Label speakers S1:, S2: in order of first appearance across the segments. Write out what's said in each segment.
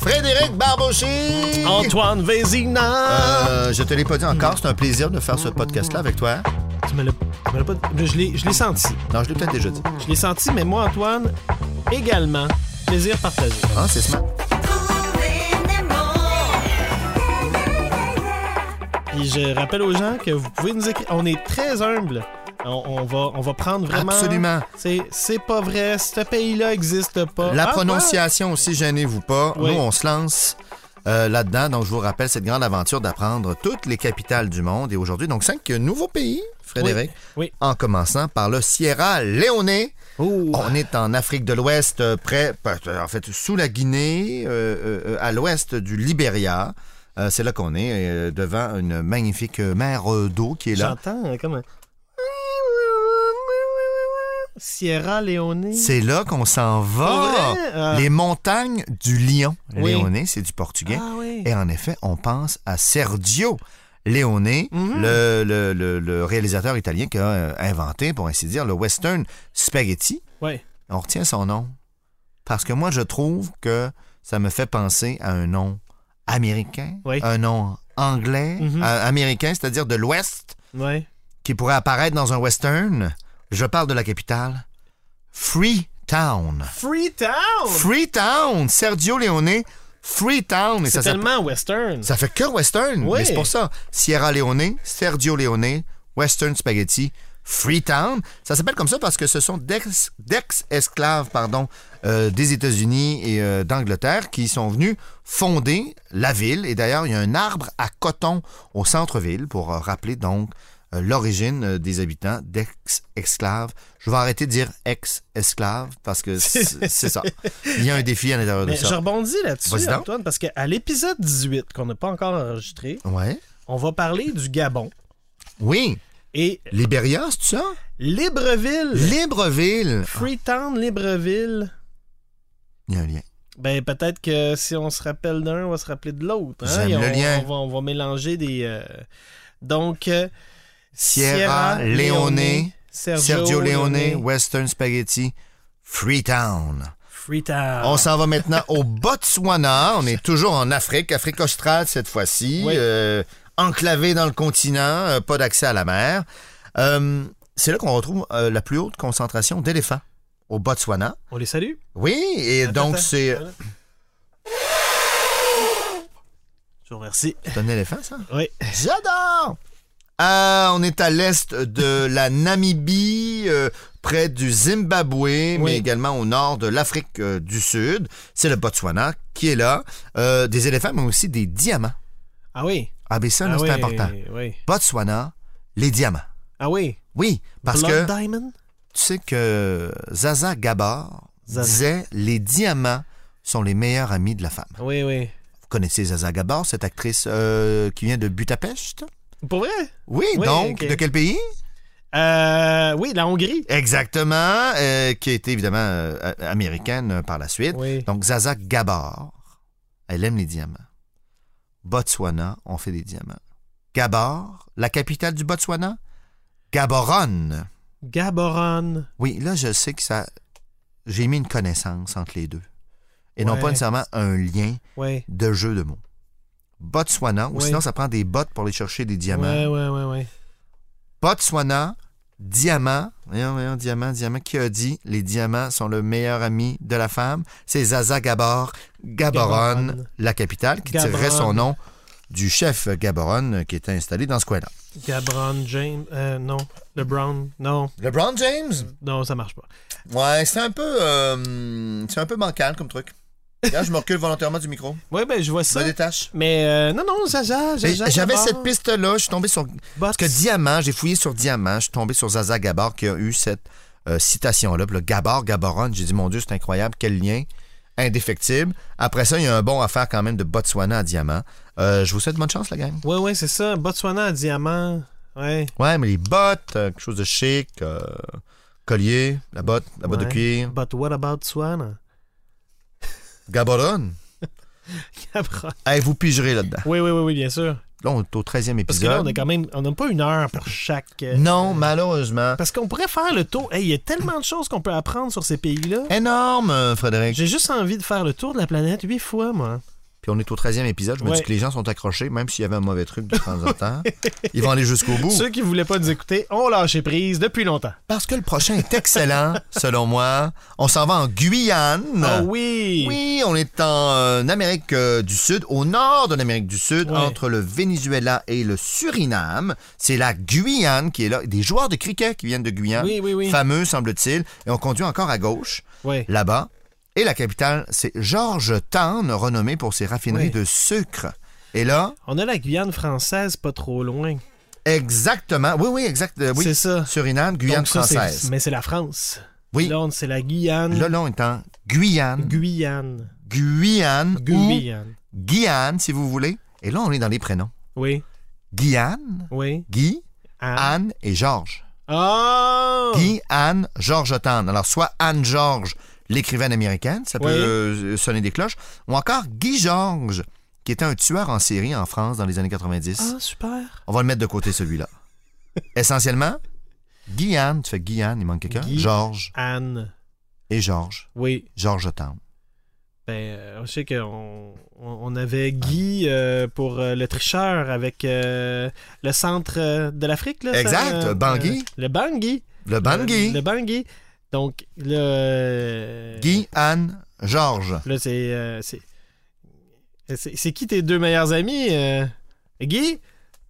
S1: Frédéric Barbouchi!
S2: Antoine Vézina!
S1: Euh, je te l'ai pas dit encore, c'est un plaisir de faire ce podcast-là avec toi.
S2: Tu me l'as tu me l'as pas dit. Je l'ai je l'ai senti.
S1: Non, je l'ai peut-être déjà dit.
S2: Je l'ai senti, mais moi, Antoine, également, plaisir partagé.
S1: Ah, c'est smart.
S2: Puis je rappelle aux gens que vous pouvez nous écrire. On est très humble. On, on va, on va prendre vraiment.
S1: Absolument.
S2: C'est, c'est pas vrai, ce pays-là n'existe pas.
S1: La
S2: Ah,
S1: prononciation aussi, gênez-vous pas.
S2: Oui.
S1: Nous, on se lance euh, là-dedans. Donc, je vous rappelle cette grande aventure d'apprendre toutes les capitales du monde. Et aujourd'hui, donc, cinq nouveaux pays, Frédéric.
S2: Oui.
S1: En commençant par le Sierra Leone.
S2: ouais. Oh.
S1: On est en Afrique de l'Ouest, euh, près, euh, en fait, sous la Guinée, euh, euh, euh, à l'ouest du Libéria. Euh, c'est là qu'on est, euh, devant une magnifique euh, mer euh, d'eau qui est là.
S2: J'entends euh, comme un. Sierra Leone.
S1: C'est là qu'on s'en
S2: Pas
S1: va.
S2: vrai? Euh,
S1: Les montagnes du Lion.
S2: Oui.
S1: Léoné, c'est du portugais.
S2: Ah oui.
S1: Et en effet, on pense à Sergio Leone,
S2: Mhm.
S1: le, le- le- le réalisateur italien qui a euh, inventé, pour ainsi dire, le western spaghetti.
S2: Ouais.
S1: On retient son nom. Parce que moi, je trouve que ça me fait penser à un nom américain,
S2: Oui.
S1: un nom anglais,
S2: Mhm.
S1: euh, américain, c'est-à-dire de l'Ouest,
S2: Ouais.
S1: qui pourrait apparaître dans un western. Je parle de la capitale, Freetown.
S2: Freetown!
S1: Freetown! Sergio Leone, Freetown. Et
S2: C'est
S1: ça s'appelle-
S2: tellement western.
S1: ça fait que western,
S2: Oui.
S1: mais c'est pour ça. Sierra Leone, Sergio Leone, Western Spaghetti, Freetown. Ça s'appelle comme ça parce que ce sont d'ex- d'ex-esclaves pardon, euh, des États-Unis et euh, d'Angleterre qui sont venus fonder la ville. Et d'ailleurs, il y a un arbre à coton au centre-ville pour euh, rappeler donc euh, l'origine euh, des habitants d'ex-esclaves. Je vais arrêter de dire ex-esclaves parce que c'est c'est ça. Il y a un défi à l'intérieur de
S2: Mais je
S1: ça.
S2: rebondis là-dessus,
S1: Vas-y donc.
S2: Antoine, parce qu'à l'épisode 18, qu'on n'a pas encore enregistré,
S1: Ouais.
S2: on va parler du Gabon.
S1: Oui.
S2: Et
S1: Libéria, c'est ça?
S2: Libreville,
S1: Libreville.
S2: Freetown, Libreville,
S1: Il y a un lien.
S2: ben peut-être que si on se rappelle d'un, on va se rappeler de l'autre. hein,
S1: J'aime
S2: et
S1: le
S2: on,
S1: lien.
S2: On va, on va mélanger des... euh, Donc, euh,
S1: Sierra Leone,
S2: Sergio,
S1: Sergio Leone,
S2: Leone,
S1: Western Spaghetti, Freetown.
S2: Freetown.
S1: On s'en va maintenant au Botswana. On est toujours en Afrique, Afrique australe cette fois-ci,
S2: Oui.
S1: euh, enclavé dans le continent, euh, pas d'accès à la mer. Euh, C'est là qu'on retrouve euh, la plus haute concentration d'éléphants au Botswana.
S2: On les salue.
S1: Oui, et
S2: Attends,
S1: donc
S2: attends.
S1: c'est euh,
S2: Voilà. Je vous remercie.
S1: c'est un éléphant ça.
S2: Oui.
S1: J'adore! Ah, on est à l'est de la Namibie, euh, près du Zimbabwe,
S2: Oui.
S1: mais également au nord de l'Afrique euh, du Sud. C'est le Botswana qui est là. Euh, des éléphants, mais aussi des diamants.
S2: Ah oui.
S1: Ah, ben ça, là,
S2: ah
S1: c'est
S2: oui,
S1: important.
S2: Oui.
S1: Botswana, les diamants.
S2: Ah oui.
S1: Oui, parce que
S2: Blood Diamond?
S1: tu sais que Zaza Gabor
S2: Zaza.
S1: disait les diamants sont les meilleurs amis de la femme.
S2: Ah Oui, oui.
S1: Vous connaissez Zaza Gabor, cette actrice euh, qui vient de Budapest?
S2: Pour vrai?
S1: Oui,
S2: Oui,
S1: donc,
S2: ok.
S1: de quel pays?
S2: Euh, oui, la Hongrie.
S1: Exactement, euh, qui a été évidemment euh, a- américaine euh, par la suite.
S2: Oui.
S1: Donc Zaza Gabor, elle aime les diamants. Botswana, on fait des diamants. Gabor, la capitale du Botswana, Gaborone.
S2: Gaborone.
S1: Oui, là je sais que ça, j'ai mis une connaissance entre les deux et non
S2: Ouais.
S1: pas nécessairement un lien
S2: Oui.
S1: de jeu de mots. Botswana, ou
S2: Oui.
S1: sinon ça prend des bottes pour aller chercher des diamants.
S2: Ouais, ouais, ouais, ouais.
S1: Botswana, diamant. Voyons, voyons, diamant, diamant. Qui a dit les diamants sont le meilleur ami de la femme? C'est Zaza Gabor, Gaborone,
S2: Gaborone.
S1: la capitale, qui
S2: Gaborone.
S1: tirerait son nom du chef Gaborone euh, qui était installé dans ce coin-là.
S2: Gabron James. Euh, non. Le Brown. Non.
S1: LeBron James?
S2: Non, ça marche pas.
S1: Ouais, c'est un peu... euh, c'est un peu bancal comme truc. Là, je me recule volontairement du micro.
S2: Ouais, ben, je vois ça.
S1: détache.
S2: Mais euh, non, non, Zaza, Zaza.
S1: J'avais
S2: Gabor,
S1: cette piste-là, je suis tombé sur...
S2: Bots.
S1: Parce que Diamant, j'ai fouillé sur Diamant, je suis tombé sur Zaza Gabor qui a eu cette euh, citation-là. Puis le Gabor, Gaborone, j'ai dit, mon Dieu, c'est incroyable, quel lien indéfectible. Après ça, il y a un bon à faire quand même de Botswana à diamant. Euh, je vous souhaite bonne chance, la gang.
S2: Ouais, ouais, c'est ça. Botswana à diamant. Ouais.
S1: Ouais, mais les bottes, euh, quelque chose de chic, euh, collier, la botte, la botte de
S2: Ouais.
S1: cuir,
S2: But what about Swan?
S1: gaborone.
S2: Cabron.
S1: Hey, vous pigerez là-dedans.
S2: oui, oui, oui, oui, bien sûr.
S1: Là, on est au 13e épisode.
S2: Parce que là, on a quand même. On n'a pas une heure pour chaque. euh,
S1: Non, malheureusement.
S2: Parce qu'on pourrait faire le tour. Hey, il y a tellement de choses qu'on peut apprendre sur ces pays-là.
S1: Énorme, euh, Frédéric.
S2: J'ai juste envie de faire le tour de la planète huit fois, moi.
S1: Puis on est au 13e épisode. Je me
S2: Ouais.
S1: dis que les gens sont accrochés, même s'il y avait un mauvais truc de temps en temps. Ils vont aller jusqu'au bout.
S2: Ceux qui voulaient pas nous écouter ont lâché prise depuis longtemps.
S1: Parce que le prochain est excellent, selon moi. On s'en va en Guyane.
S2: Ah oui!
S1: Oui, on est en euh, Amérique euh, du Sud, au nord de l'Amérique du Sud,
S2: Ouais.
S1: entre le Venezuela et le Suriname. C'est la Guyane qui est là. Des joueurs de cricket qui viennent de Guyane,
S2: Oui, oui, oui.
S1: fameux semble-t-il. Et on conduit encore à gauche,
S2: Ouais.
S1: là-bas. Et la capitale, c'est Georgetown, renommée pour ses raffineries
S2: Ouais.
S1: de sucre. Et là,
S2: On a la Guyane française pas trop loin.
S1: exactement. Oui, oui, exact. euh,
S2: C'est
S1: oui,
S2: ça.
S1: Suriname, Guyane
S2: Donc ça, c'est-
S1: française.
S2: Mais c'est la France.
S1: Oui.
S2: Là, on- c'est la Guyane.
S1: Là, là, on est en Guyane.
S2: Guyane.
S1: Guyane. Ou
S2: Guyane.
S1: Guyane, si vous voulez. Et là, on est dans les prénoms.
S2: Oui.
S1: Guyane,
S2: Oui.
S1: Guy,
S2: Ah.
S1: Anne et Georges.
S2: Ah!
S1: Guy, Anne, Georges Tan. Alors, soit Anne Georges, l'écrivaine américaine, ça peut
S2: Oui.
S1: euh, sonner des cloches, ou encore Guy Georges, qui était un tueur en série en France dans les années 90.
S2: Ah, super.
S1: On va le mettre de côté, celui-là. Essentiellement, Guyane, tu fais Guyane, il manque quelqu'un.
S2: Guy.
S1: Georges
S2: Anne.
S1: et Georges.
S2: Oui.
S1: Georges Tan.
S2: Ben, euh, je sais qu'on on- on avait Guy euh, pour euh, le tricheur avec euh, le centre euh, de l'Afrique. là, ça,
S1: Exact,
S2: euh,
S1: Bangui.
S2: euh, le Bangui. Euh,
S1: Le Bangui.
S2: Le, le Bangui. Donc, le...
S1: Guy, Anne, Georges.
S2: Là, c'est... euh, c'est- c'est c'est qui tes deux meilleurs amis? euh? Guy?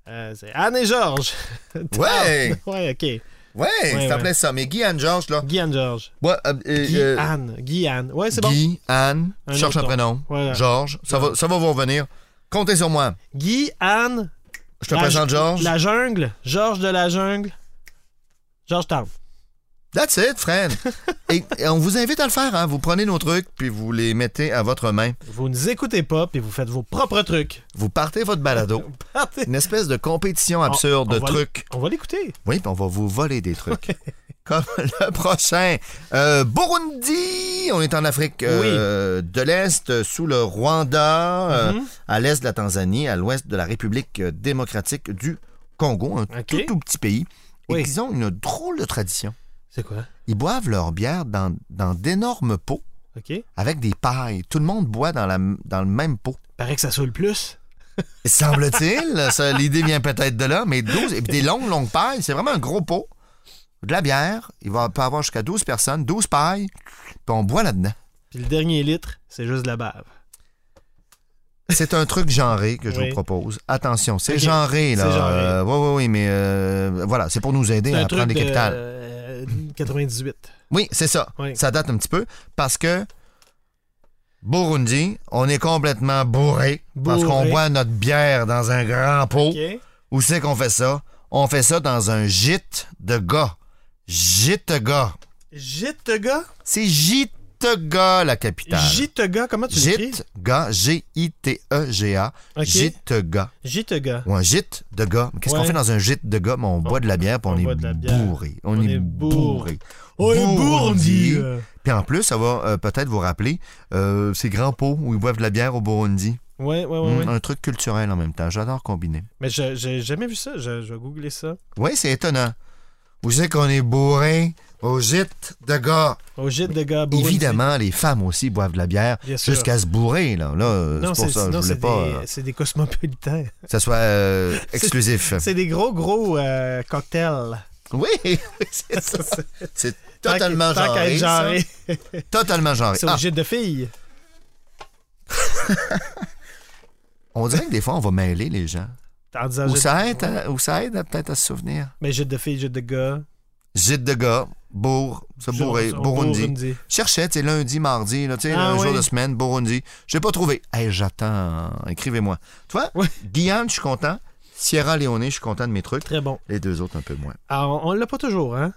S2: Euh, c'est Anne et Georges.
S1: Ouais!
S2: ouais, OK.
S1: Ouais,
S2: Ouais,
S1: il
S2: ouais.
S1: s'appelait ça. Mais Guy, Anne, Georges, là.
S2: Guy Anne Georges.
S1: Ouais, euh, euh,
S2: Guy
S1: euh,
S2: Anne. Guy Anne. Ouais, c'est bon.
S1: Guy, Anne,
S2: Un
S1: cherche
S2: autre
S1: un
S2: nom.
S1: prénom.
S2: Voilà.
S1: Georges, ça va, ça va vous revenir. Comptez sur moi.
S2: Guy Anne.
S1: Je te
S2: la-
S1: présente Georges.
S2: Ah, La jungle. Georges de la jungle. Georges Town.
S1: That's it, friend. et, et on vous invite à le faire. Hein. Vous prenez nos trucs, puis vous les mettez à votre main.
S2: Vous nous écoutez pas, puis vous faites vos propres trucs.
S1: Vous partez votre balado.
S2: Partez.
S1: Une espèce de compétition absurde
S2: on
S1: de
S2: va
S1: trucs.
S2: On va l'écouter.
S1: Oui, puis on va vous voler des trucs. Comme le prochain. Euh, Burundi, on est en Afrique euh, de l'Est, euh, sous le Rwanda, euh,
S2: Mm-hmm.
S1: à l'Est de la Tanzanie, à l'Ouest de la République euh, démocratique du Congo, un
S2: Ok.
S1: tout, tout petit pays.
S2: Oui.
S1: Et ils ont une drôle de tradition.
S2: C'est quoi?
S1: Ils boivent leur bière dans dans d'énormes pots
S2: OK.
S1: avec des pailles. Tout le monde boit dans, la, dans le même pot.
S2: Paraît que ça saoule plus.
S1: Semble-t-il, ça, l'idée vient peut-être de là, mais 12, et puis des longues, longues pailles, c'est vraiment un gros pot. De la bière, il va, peut avoir jusqu'à 12 personnes, 12 pailles, puis on boit là-dedans.
S2: Puis le dernier litre, c'est juste de la bave.
S1: C'est un truc genré que je
S2: Oui.
S1: vous propose. Attention, c'est
S2: Ok.
S1: genré, là.
S2: C'est genré.
S1: Euh, oui, oui, oui, mais euh, voilà, c'est pour nous aider
S2: C'est
S1: à
S2: un
S1: prendre
S2: truc
S1: les
S2: de
S1: capitales.
S2: euh, 98.
S1: Oui, c'est ça.
S2: Oui.
S1: Ça date un petit peu parce que Burundi, on est complètement bourré parce
S2: Bourré.
S1: qu'on boit notre bière dans un grand pot.
S2: OK.
S1: Où c'est qu'on fait ça? On fait ça dans un gîte de gars. Gîte gars.
S2: Gîte gars?
S1: C'est gîte gars, la capitale.
S2: Gîte gars, comment tu l'écris?
S1: Gîte gars, G-I-T-E-G-A.
S2: Ok.
S1: Gîte gars.
S2: Gîte gars.
S1: Ou un gîte de gars. Mais Qu'est-ce
S2: Ouais.
S1: qu'on fait dans un gîte de gars? Mais on boit de la bière puis on,
S2: on boit
S1: est
S2: de la bière.
S1: bourré. On,
S2: On
S1: est
S2: est
S1: bourré.
S2: bourré. Oh, le Burundi! là.
S1: Puis en plus, ça va euh, peut-être vous rappeler euh, ces grands pots où ils boivent de la bière au Burundi.
S2: Ouais, ouais, ouais. ouais.
S1: Mm, Un truc culturel en même temps. J'adore combiner.
S2: Mais je- j'ai jamais vu ça. Je, je vais googler ça.
S1: Oui, c'est étonnant. Où c'est qu'on est bourré au gîte de gars?
S2: Au gîte de gars, Burundi.
S1: Évidemment, les femmes aussi boivent de la bière
S2: Bien sûr.
S1: jusqu'à se bourrer. Là, Là, euh,
S2: Non,
S1: c'est pour
S2: c'est
S1: ça que je
S2: non,
S1: voulais
S2: c'est
S1: pas
S2: des,
S1: euh,
S2: c'est des cosmopolitains.
S1: que ça soit euh, exclusif.
S2: C'est des gros, gros euh, cocktails.
S1: Oui, oui, c'est ça. C'est
S2: Tant qu'à-
S1: totalement
S2: tant qu'à
S1: genré.
S2: être
S1: ça.
S2: genré.
S1: Totalement genré.
S2: C'est au
S1: Ah,
S2: gîte de filles.
S1: on dirait que des fois, on va mêler les gens.
S2: En disant
S1: Ou
S2: gîte-
S1: ça aide, à- ou ça aide à- peut-être à se souvenir.
S2: Mais gîte de filles, gîte de gars.
S1: Gîte de gars, bourg, se
S2: Genre,
S1: bourrer,
S2: genre,
S1: Burundi. Cherchais, tu sais, lundi, mardi, là, tu sais,
S2: Ah
S1: un jour
S2: oui.
S1: de semaine, Burundi. Je l'ai pas trouvé. Hey, j'attends. Écrivez-moi. Tu vois,
S2: Oui.
S1: Guyane, je suis content. Sierra Leone, je suis content de mes trucs.
S2: Très bon.
S1: Les deux autres, un peu moins.
S2: Ah, on on l'a pas toujours, hein?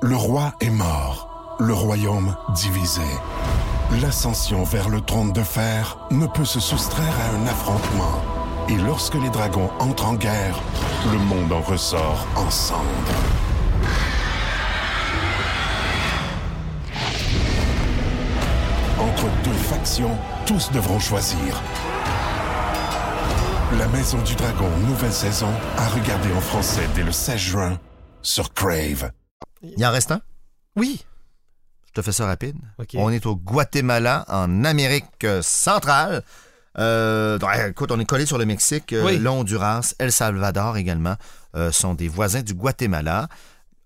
S3: Le roi est mort, le royaume divisé. l'ascension vers le trône de fer ne peut se soustraire à un affrontement. Et lorsque les dragons entrent en guerre, le monde en ressort en cendres. Entre deux factions, tous devront choisir. La Maison du Dragon, nouvelle saison, à regarder en français dès le 16 juin sur Crave.
S1: Il en reste un?
S2: Oui.
S1: Je te fais ça rapide.
S2: Ok.
S1: On est au Guatemala, en Amérique euh, centrale. Euh, donc, euh, écoute, on est collé sur le Mexique. euh,
S2: Oui.
S1: L'Honduras, El Salvador également euh, sont des voisins du Guatemala.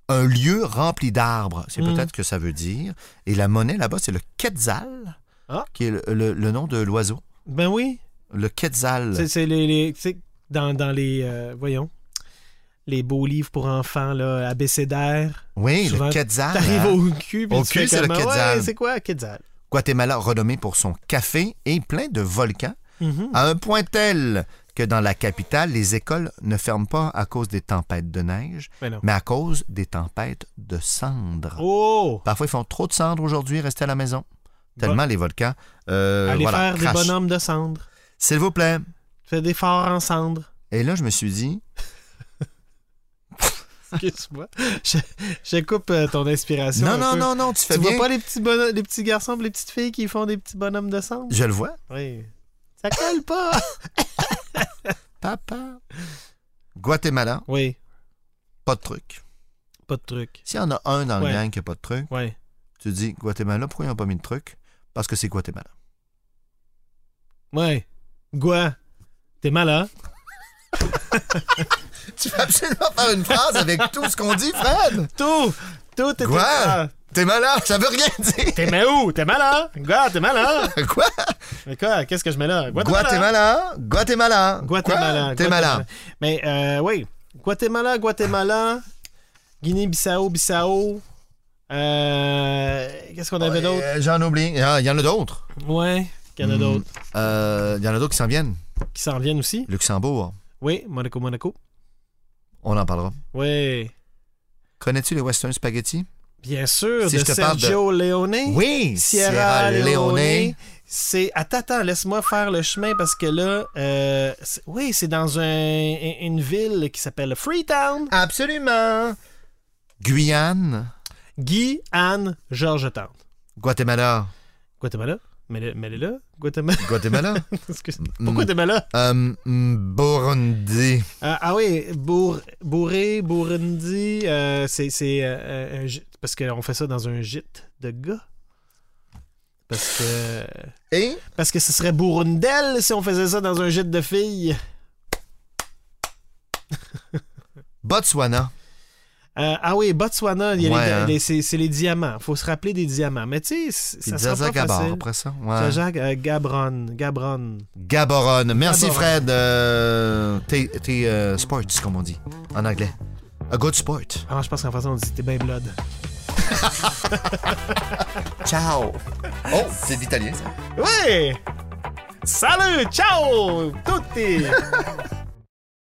S1: Un lieu rempli d'arbres, c'est
S2: Mm.
S1: peut-être ce que ça veut dire. Et la monnaie là-bas, c'est le quetzal,
S2: Ah.
S1: qui est le, le- le nom de l'oiseau.
S2: Ben oui.
S1: Le quetzal.
S2: C'est, c'est les, les- tu sais, dans, dans les, euh, voyons, les beaux livres pour enfants, là, abécédaires.
S1: Oui,
S2: Souvent,
S1: le quetzal.
S2: T'arrives
S1: hein.
S2: au cul, puis
S1: Au
S2: tu
S1: cul,
S2: fais
S1: c'est le
S2: comme, Ah
S1: Quetzal.
S2: Ouais, c'est quoi, Quetzal?
S1: Guatemala renommé pour son café et plein de volcans,
S2: Mhm.
S1: à un point tel que dans la capitale, les écoles ne ferment pas à cause des tempêtes de neige,
S2: Ben non.
S1: mais à cause des tempêtes de cendres.
S2: Oh!
S1: Parfois, ils font trop de cendres aujourd'hui, restez à la maison. Tellement les volcans. euh,
S2: Allez
S1: voilà,
S2: faire
S1: crachent.
S2: des bonhommes de cendres.
S1: S'il vous plaît.
S2: Fais des forts en cendres.
S1: Et là, je me suis dit,
S2: Excuse-moi. Je, je coupe euh, ton inspiration.
S1: non,
S2: un
S1: non,
S2: peu.
S1: non, non, tu fais
S2: Tu
S1: bien.
S2: vois pas les petits, bonhom- les petits garçons et les petites filles qui font des petits bonhommes de cendres?
S1: Je le vois.
S2: Oui. Ça colle pas!
S1: Papa. Guatemala,
S2: oui,
S1: pas de truc.
S2: pas de truc.
S1: S'il y en a un dans le
S2: Ouais.
S1: gang qui n'a pas de truc,
S2: Ouais.
S1: tu te dis, Guatemala, pourquoi ils n'ont pas mis de truc? Parce que c'est Guatemala.
S2: Ouais. Gua, t'es malade?
S1: Tu vas absolument faire une phrase avec tout ce qu'on dit, Fred.
S2: Tout! Tout était
S1: Quoi?
S2: Ah,
S1: T'es malade, ça veut rien dire.
S2: T'es mais où? T'es malade? Gua, t'es malade?
S1: Quoi?
S2: Mais quoi? Qu'est-ce que je mets là?
S1: Guatemala, Guatemala.
S2: Guatemala.
S1: Quoi? T'es malade.
S2: Mais euh, oui, Guatemala, Guatemala, Guinée-Bissau, Bissau. Euh, Qu'est-ce qu'on avait d'autre?
S1: Euh, J'en oublie. Ah, Il y en a d'autres.
S2: Ouais, qu'il y en a
S1: Hmm.
S2: d'autres
S1: Euh, Il y en a d'autres qui s'en viennent.
S2: qui s'en viennent aussi.
S1: Luxembourg,
S2: Oui, Monaco, Monaco.
S1: on en parlera.
S2: Oui,
S1: Connais-tu les Western Spaghetti?
S2: bien sûr,
S1: Si
S2: de
S1: je te parle de-
S2: Sergio Leone.
S1: Oui,
S2: Sierra, Leone. C'est. Attends, attends, laisse-moi faire le chemin parce que là. euh, c'est- Oui, c'est dans un- une ville qui s'appelle Freetown.
S1: Absolument. Guyane,
S2: Guy, Anne, Georgetown.
S1: Guatemala.
S2: Guatemala? Mets-le mets-le là. Guatemala.
S1: Guatemala.
S2: Excuse-moi.
S1: Mm,
S2: Pourquoi Guatemala?
S1: Euh, mm, Burundi.
S2: Euh, ah oui, Bour- Bourré, Burundi. euh, c'est. c'est, euh, un gi- parce qu'on fait ça dans un gîte de gars. Parce que.
S1: Et
S2: Parce que ce serait Burundel si on faisait ça dans un gîte de filles.
S1: Botswana.
S2: Euh, ah oui, Botswana, il y a les-
S1: Ouais, hein.
S2: les- c'est c'est les diamants. faut se rappeler des diamants. Mais tu sais, c-
S1: Puis
S2: ça sera pas
S1: Gabar
S2: facile.
S1: après ça. Ouais.
S2: Jaja, euh, Gabron, Gabron.
S1: Gaborone. Merci
S2: Gaborone.
S1: Fred. Euh, T'es t'es, euh, sports, comme on dit en anglais. A good sport.
S2: Ah, je pense qu'en français, on dit t'es bien blood.
S1: Ciao. Oh, c'est l'italien ça.
S2: Oui! Salut, ciao, tutti!